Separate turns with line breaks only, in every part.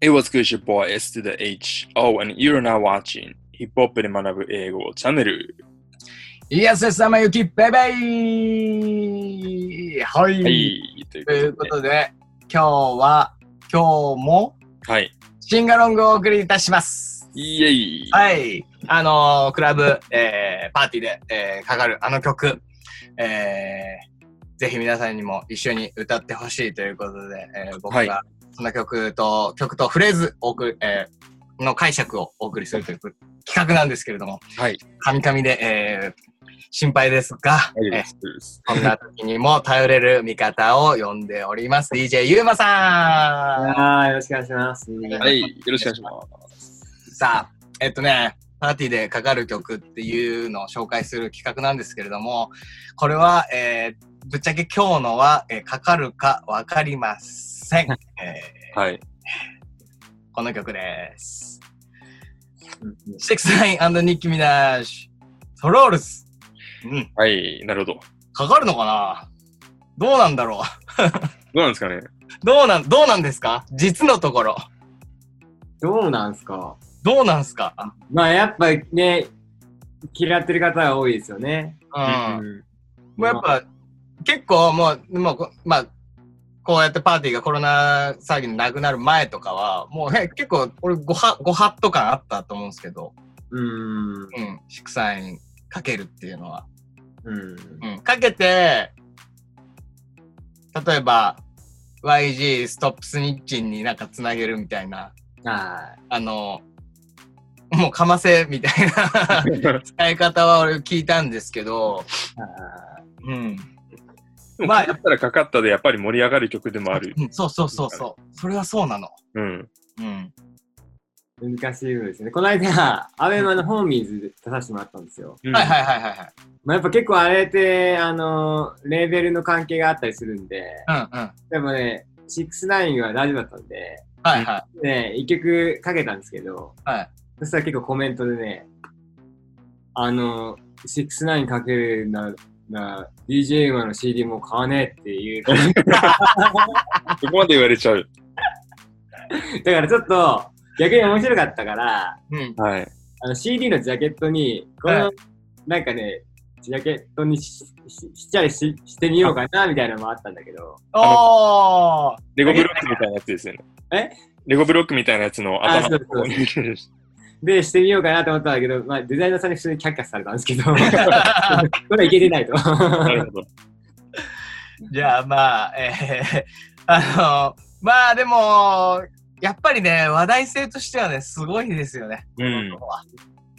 It was good, your boy S to the H. Oh, and you're now watching ヒップホップで学ぶ英語チャンネル。
ESS 様ゆき、バイバイはい、
はい。と
とい
いう
う
こ
こととで、今日は、今日も
で。はい。
シンガロングをお送りいたします。
イエイ。
はい。あのークラブ、えーパーティーで、えーかかるあの曲、えーぜひ皆さんにも一緒に歌ってほしいということで、えー僕
はい
がその曲と、曲とフレーズお送り、えーの解釈をお送りするという企画なんですけれども、
はい。
カミカミで、えー心配ですが、
大丈夫
えー
です。
こん な時にも頼れる味方を呼んでおります。DJ ゆうまさ
はい、よろしくお願いします。
はい。よろしくお願いします。
んさあ、えっとね、パーティーでかかる曲っていうのを紹介する企画なんですけれども、これは、えーぶっちゃけ今日のは、えーかかるかわかりません。え
はい。
ーこの曲です。69& ニッキー・ミナージュ、トロールズ。うん、
はい。なるほど。
かかるのかなどうなんだろ
どうなんですかね
うどうなん、どうなんですか実のところ。
どうなんすか
どうなんすか
まあ、やっぱね、嫌ってる方が多いですよね。
うん。
ん。
もうやっぱ、結構もう、もうこ、まあ、こうやってパーティーがコロナ騒ぎのなくなる前とかは、もうへ結構、俺ごは、ごはっと感あったと思うんですけど、
うん。
うん、シクサインかけるっていうのは。
うん。
うん、かけて、例えば、YG ストップスニッチンになんかつなげるみたいな、
は
あの、もうかませみたいな使い方は俺聞いたんですけど、
い。は
うん。
まあ、やったらかかったで、やっぱり盛り上がる曲でもある。
うん、そうそうそうそう。それはそうなの。
うん。。
うん。
い難しい部分ですね。この間、アベマのホーミーズで出させてもらったんですよ。
はいはいいはいはいはい。
まあ、やっぱ結構あれって、あの、レーベルの関係があったりするんで、
うんうん。
でもね、69は大丈夫だったんで、
はいは
ね、一曲かけたんですけど、
い。はい。
そしたら結構コメントでね、あの、69かけるなら、DJ 馬の CD も買わねえっていう。 だ
そこまで言われちゃう。
からちょっと、逆に面白かったから、
うん。
はい。
あの CD のジャケットに、こ
は
の、なんかね、ジャケットにしししっちゃりししてみようかな、みたいなのもあったんだけど、
おー
レゴブロックみたいなやつですよね。
え
レゴブロックみたいなやつの頭
あそうそうで、してみようかなと思ったんだけど、まあ、デザイナーさんに普通にキャッキャされたんですけ ど、これはいけてないと。
なるほど。
じゃあまあ、えー、あのまあでも、やっぱりね、話題性としてはね、すごいですよね。
うん。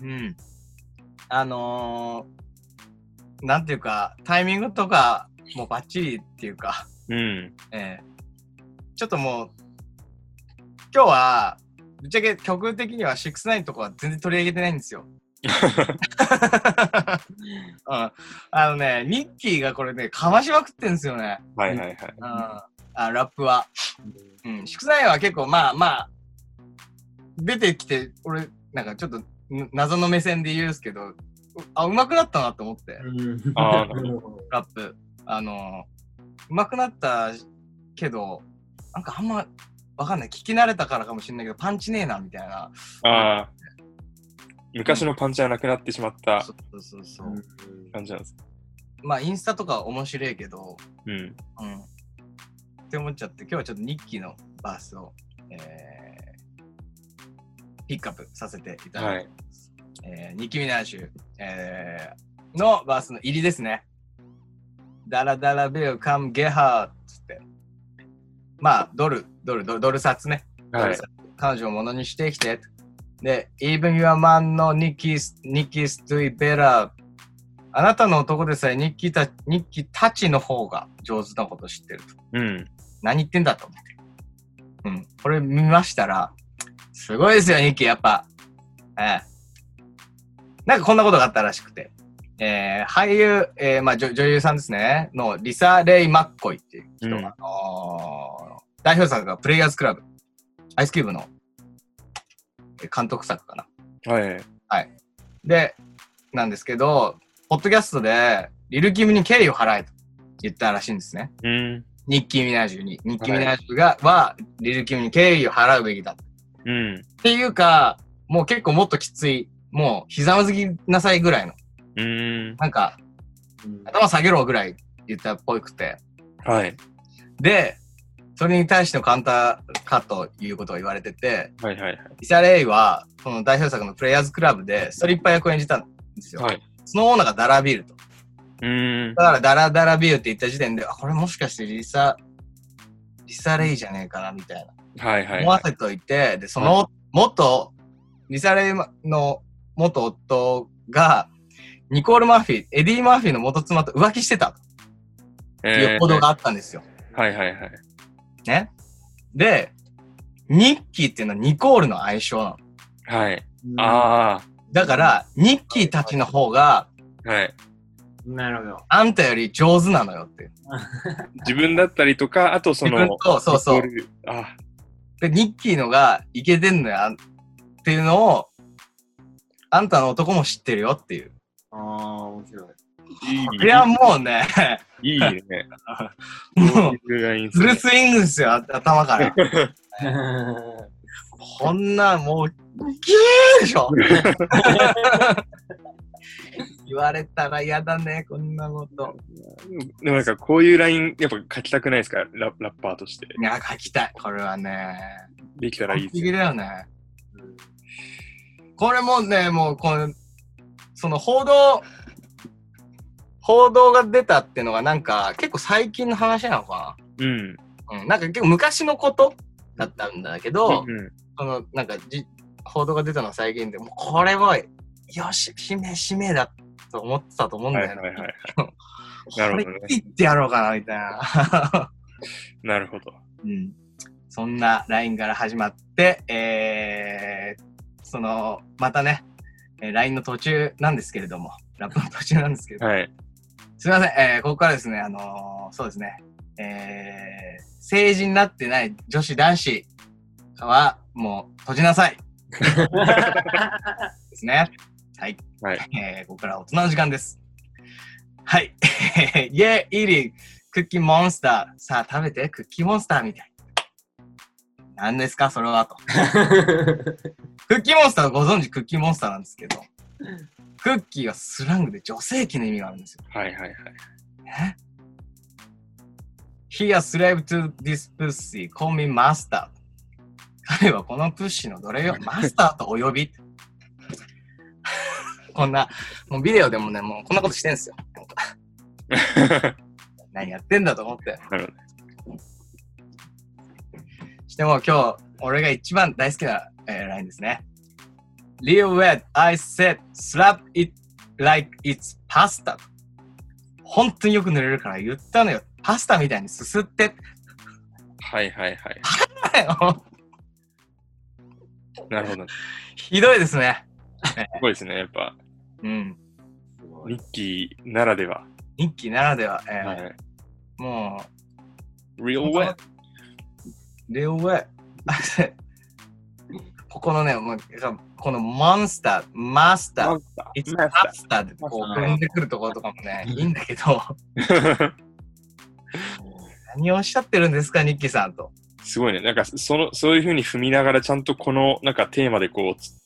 うん。あのー、なんていうか、タイミングとかもバッチリっていうか、
うん。
ええちょっともう、今日は、ぶっちゃけ曲的には69とかは全然取り上げてない んですよ。うん、あのね、ミッキーがこれね、かましまくってんですよね。
はいはいはい。
うん、あラップは。うん、69は結構まあまあ、出てきて、俺、なんかちょっとん謎の目線で言うんですけど、あ、うまくなったなと思って。
うん
あーなる
ラップ。あのー、うまくなったけど、なんかあんま、わかんない。聞き慣れたからかもしれないけど、パンチねえな、みたいな。
ああ。昔のパンチはなくなってしまった
そうそうそうそうう。
ん
感じなんです。
まあ、インスタとか面白いけど、
うん。
うん。って思っちゃって、今日はちょっとニッキーのバースを、えー、ピックアップさせていただ
はい
て、
い。
えーニッキー・ミナーシュ、えー、のバースの入りですね。ダラダラベルカムゲハーつって。まあ、ドル、ドル、ドル、ドル札ね。
はい。
彼女をものにしてきて。で、Even your man のニッキー、ニッキーストゥイベラー。あなたの男でさえニッキーたニッキーたちの方が上手なこと知ってると。
うん。
何言ってんだと思って。うん。これ見ましたら、すごいですよ、ニッキー、やっぱ。ええなんかこんなことがあったらしくて。えー、俳優、えー、まあ女女優さんですね、のリサ・レイ・マッコイっていう人が、
うん
あのー代表作がプレイヤーズ・クラブ、アイスキューブのえー監督作かな。
はい。
で、なんですけど、ポッドキャストで、リル・キムに敬意を払えと言ったらしいんですね。
うん。
ニッキー・ミナージュに、ニッキー・ミナージュが、はリル・キムに敬意を払うべきだ。
うん。
っていうか、もう結構もっときつい、もうひざまずきなさいぐらいの、
うーん。
なんか
うん
頭下げろぐらい言ったっぽくて。
はい。
で、それに対してのカウンターかということを言われてて、
はいはいはい。
イサレイは、その代表作のプレイヤーズクラブでストリッパー役を演じたんですよ。
はい。
そのオーナーがダラビールと。
うーん。
だからダラダラビールって言った時点で、あ、これもしかしてリサ、リサレイじゃねえかなみたいな。
はいはい
思わ
はい。
せといて、で、その、元、リサレイの元夫が、ニコール・マーフィー、エディ・マーフィーの元妻と浮気してたとい
え
う
ー
報道があったんですよ。
はいはいはい。
ね。で、ニッキーっていうのはニコールの愛称なの。
はい。あ
だから、ニッキーたちの方が、
あ。はい。
なるほど。
あんたより上手なのよっていう。
自分だったりとか、あとそ
自分
の、
と、そうそう。
ルあ、
で、ニッキーのがいけてんのやっていうのを、あんたの男も知ってるよっていう。
ああ、面白 い。
いい。
いや、もう ね、
いいね。
もう、
がいいんす
フ
ね
ルスイングですよ、あ 頭から。
う
こんな、もう、ギーで しょ言われたら嫌だね、こんなこと。
でもなんかこういうライン、やっぱ書きたくないですかララッパーとして。
いや、書きたい。これはね、
できたら
完
いいです
璧
よ。
だよね。
ん
これもね、もう、この、その報道、報道が出たってのがなんか、結構最近の話なのか
うん。
な。うん、なんか結構昔のことだったんだけど、
うん
この、なんかじ、報道が出たのは最近で、もうこれは、よし、使命、使命だと思ってたと思うん
は
だ
い
よ
は
ね。
いはい。
こ
なるほ
れ
どね
言ってやろうかな、みたいな。
なるほど。
うん。そんなラインから始まって、えー、その、またね、えー、ラインの途中なんですけれども、ラップの途中なんですけれども、
はい。
すみません、えー、ここからですね、あのーそうですね、えー、成人になってない女子男子は、もう、閉じなさいですね。はい。
はい。
えー、ここからは大人の時間です。はい。 イェーイリー、クッキーモンスター。さあ、食べて、クッキーモンスターみたい。何ですか、それはと。クッキーモンスター、ご存知クッキーモンスターなんですけど、クッキーはスラングで女性器の意味があるんですよ。
はい はいはい。
え ?He a slave to this pussy, call me master. 彼はこのプッシーの奴隷をマスターとお呼び。 こんな、もうビデオでもね、もうこんなことしてんすよ。なんか何やってんだと思って。
なるほ
しても今日、俺が一番大好きな、えーラインですね。Leo Wed, I said, slap it like it's pasta. 本当によく塗れるから言ったのよ。パスタみたいにすすって。
はいはいはい。なるほど。す
ひどいですね。
ごいですね。やっぱ、
うん。
すごい
ミッキーならでは。
日記ならでは、えー
はい。
も
Real
う、
wet.
レオウェイ。 ここのね、もうこのモンスター、マスター、いつもパスタでこう飛んでくるところとかもね、いいんだけど、 何をおっしゃってるんですか、ニッキーさんと。
すごいね。なんか、その、そういうふうに踏みながら、ちゃんとこの、なんかテーマでこう、つ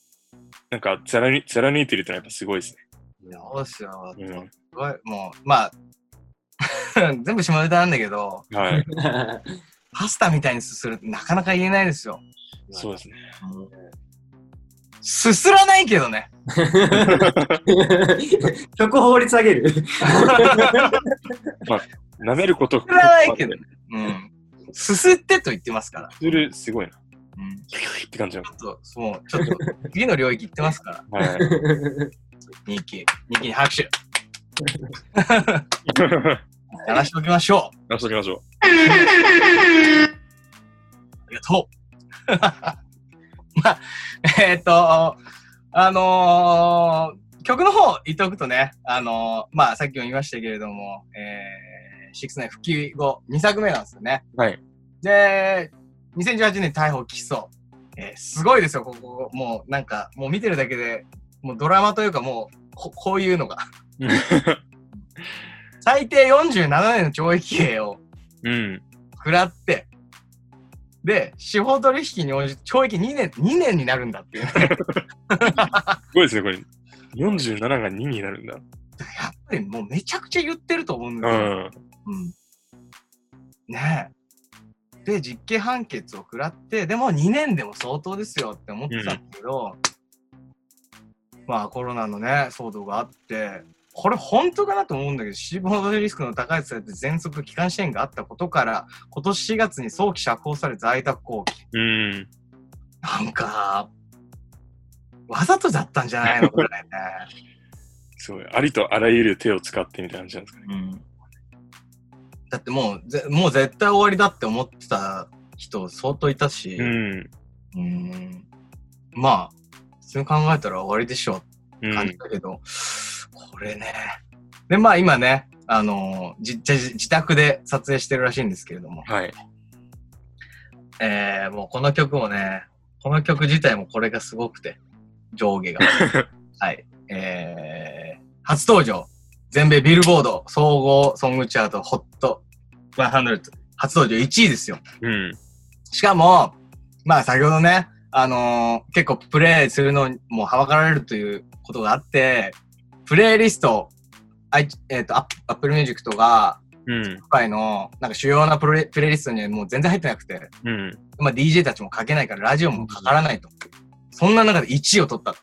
なんか、貫い貫いてるってのはやっぱすごいです
どうしよう。
ね。
すごい、もう、まあ、 全部下ネタなんだけど、
うん。はい。
パスタみたいにすするってなかなか言えないですよ。
そうですね。
すすらないけど ね。
そこ放り下げる。
舐めること
すすらないけどね。うん。すすってと言ってますから。
する、すごいな。
うん。ち
って感じなの
ょっと、そう、ちょっと、次の領域行ってますから。
はい。
ニッキー、ニッキーに拍手。 やらしておきましょう。
出しときましょ
ありがとう。 まあ、えーっ、と、あのー曲の方言っておくとね、あのーまあ、さっきも言いましたけれども、えー、シックスナイン復帰後、2作目なんですよね。
う。はい。
で、2018年逮捕起訴。えーすごいですよ、ここ。もう、なんか、もう見てるだけで、もうドラマというか、もう、ここういうのが。最低47年の懲役刑を
うん。
食らって、で、司法取引に応じて懲役2年、2年になるんだっていうね。やっ
すごいですね、これ。47が2になるんだ。
ぱりもうめちゃくちゃ言ってると思うん
う
ですよ。
ん。
うん。ねえ。で、実刑判決を食らって、でも2年でも相当ですよって思ってたんだけど、まあコロナのね、騒動があって、これ本当かなと思うんだけど、死亡リスクの高いとされて喘息機関支援があったことから、今年4月に早期釈放され在宅後期。
うん。
なんか、わざとだったんじゃないのこれね。
すごい。ありとあらゆる手を使ってみたいな感じなんですかね。
うんだってもうぜ、もう絶対終わりだって思ってた人相当いたし、
うん。
うーんまあ、普通に考えたら終わりでしょ
う
って感
ん
じ。だけど、これね。で、まあ今ね、あのーじじ自宅で撮影してるらしいんですけれども、
はい。
えー、もうこの曲もね、この曲自体もこれがすごくて、上下が。はい。えー、初登場、全米ビルボード総合ソングチャート HOT100、初 登場1位ですよ。
うん。
しかも、まあ先ほどね、あのー結構プレイするのにもはばかられるということがあって、プレイリスト、あいえっ、と、アップルミュージックとか、
うん。
今回のなんか主要なプレプレイリストにはもう全然入ってなくて、
うん。
まあ DJ たちも書けないからラジオもかからないと。そんな中で1位を取った。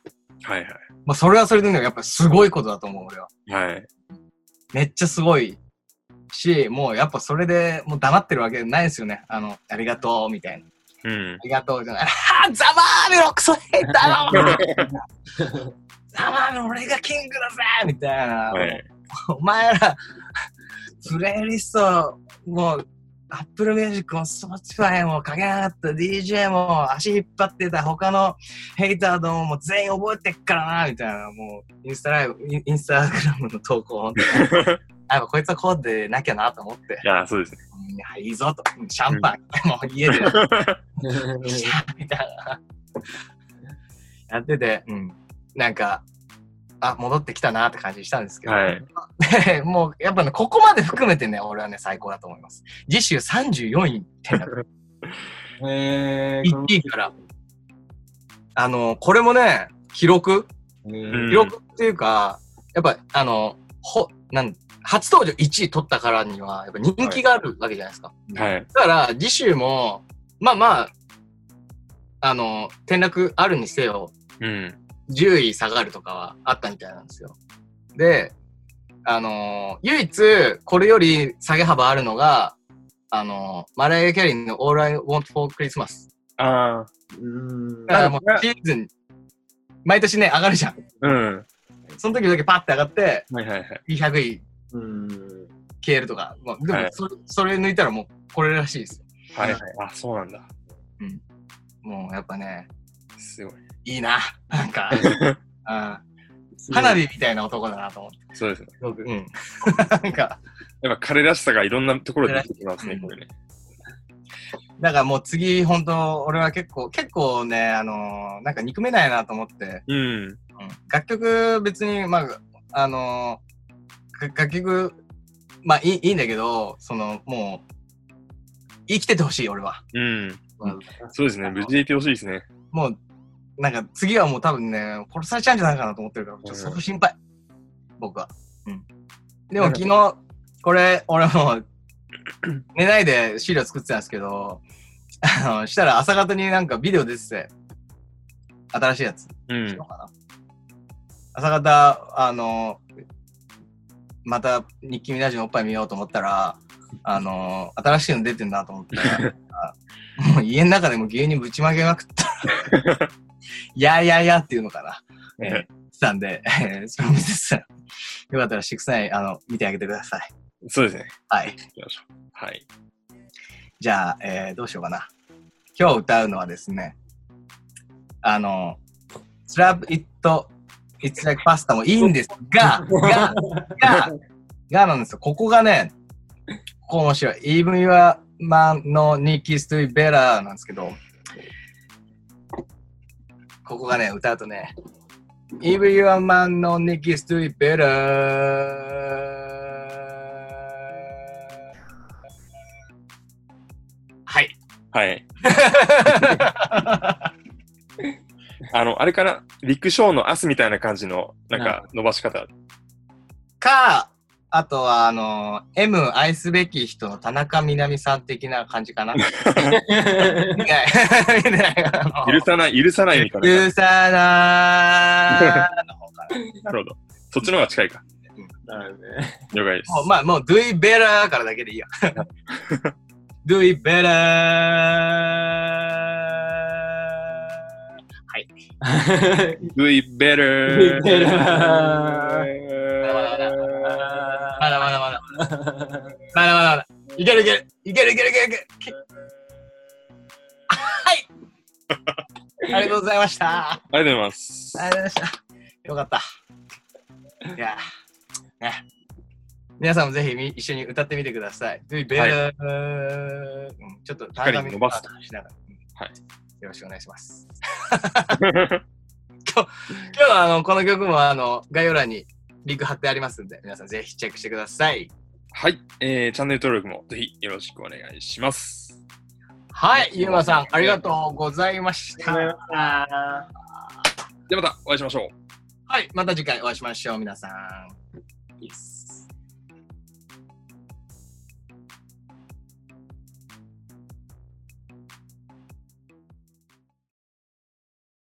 はいは
まあそれはそれでね、やっぱすごいことだと思う、俺は。
い。はい。
めっちゃすごいし、もうやっぱそれでもう黙ってるわけないですよね。あの、ありがとう、みたいな。
うん
あ。りがとうじゃない。 あーざまーめろ、クソヘッダーの ざまーめろ、俺がキングだぜみたいな。
はい。
お前ら、プレイリスト、もう、アップルミュージックも Spotify もかけなかった DJ も足引っ張ってた他のヘイターどもも全員覚えてっからなみたいなもうインスタライブインインスタグラムの投 稿本当にあやっぱこいつはこうでなきゃなと思って
いや、そうですね。
うんいやいいぞとうんシャンパ ン、もう家でみたいな。やってて、うん。なんか、あ、戻ってきたなって感じしたんですけど、
はい。
で もう、やっぱね、ここまで含めてね、俺はね、最高だと思います。次週34位ってなる。
へー
1位から。あの、これもね、記録
うん
記録っていうか、やっぱ、あの、ほ、なん、初登場1位取ったからには、やっぱ人気があるわけじゃないですか。
はい。
だから、次週も、まあまあ、あの、転落あるにせよ、
うん。
10位下がるとかはあったみたいなんですよ。で、あのー唯一これより下げ幅あるのが、あのーマライア・キャリーの All I Want for Christmas。
ああ。
うん
だからもうシーズン、毎年ね、上がるじゃん。
うん。
その時だけパッて上がって、
はいはいはい。
200位
うん
消えるとか。まあ、で
は
も
い
それ、それ抜いたらもうこれらしいですよ。
はいはい。あ、そうなんだ。
もうやっぱね、
すごい。
いいな。な んか、あー花火みたいな男だなと思って。
そうですね。
すごく、うん。 なんか、
やっぱ彼らしさがいろんなところで出てきますね、これね。
だからもう次、本当俺は結構、結構ね、あのーなんか憎めないなと思って、
うん。
楽曲別に、まあ、あのーが楽曲、まあいいいいんだけど、その、もう、生きててほしい、俺は。
うん。 そうですね。無事でいてほしいですね。
もう、なんか次はもう多分ね、殺されちゃうんじゃないかなと思ってるから、ちょっとそこ心配。僕は。うん。でも昨日、これ、俺もう、寝ないで資料作ってたんですけど、あの、したら朝方になんかビデオ出てて、新しいやつ。
うん。
かな朝方、あの、また、日記ミナージュのおっぱい見ようと思っ たら、あの、新しいの出てんなと思ったら、 あもう家の中でも牛乳ぶちまけまくった。 いやいやいやっていうのかな。えー、してたんで、えーそれを見てたら、よかったらシックスナイン、あの、見てあげてください。
そうですね。
はい。
行きましょう。はい。
じゃあ、えーどうしようかな。今日歌うのはですね、あの、slap it, it's like pasta もいいんですが、が、が、がなんですよ。ここがね、ここ面白い。even your man の Nick is to be better なんですけど、ここがね、歌うとね、even your man の Nick is to be better はい。
はい。あの、あれかな陸ショーのアスみたいな感じの、なん
なる
か伸ばし方。
か、あとは、あの、M 愛すべき人の田中みな実さん的な感じかな。見ない。見ない。あの
許さない、許さないみたいな感
許さないの方かな。
じ。なるほど。そっちの方が近いか。
なるほど ね。
了解 です。
もうまあ、もう、do it better からだけでいいよ。do it better
Do it better.
Do it better.
まだまだまだ。まだまだまだ。いけるいける。いけるいけるいけるいける。けはい。ありがとうございました。
ありがとうございます。
ありがとうございました。よかった。いやー、ね。皆さんもぜひみ一緒に歌ってみてください。ベル、うんちょっと田
かり
中み
伸ばすと
な実しながら、うん
はい
よろしくお願いします。 今日はあのこの曲もあの概要欄にリンク貼ってありますんで、皆さんぜひチェックしてください。
はい、えー。チャンネル登録もぜひよろしくお願いします。
はい、ゆうまさん、ありがとうございました。
ありがとうご
ではまたお会いしましょう。
はい、また次回お会いしましょう、皆さん。
Yes.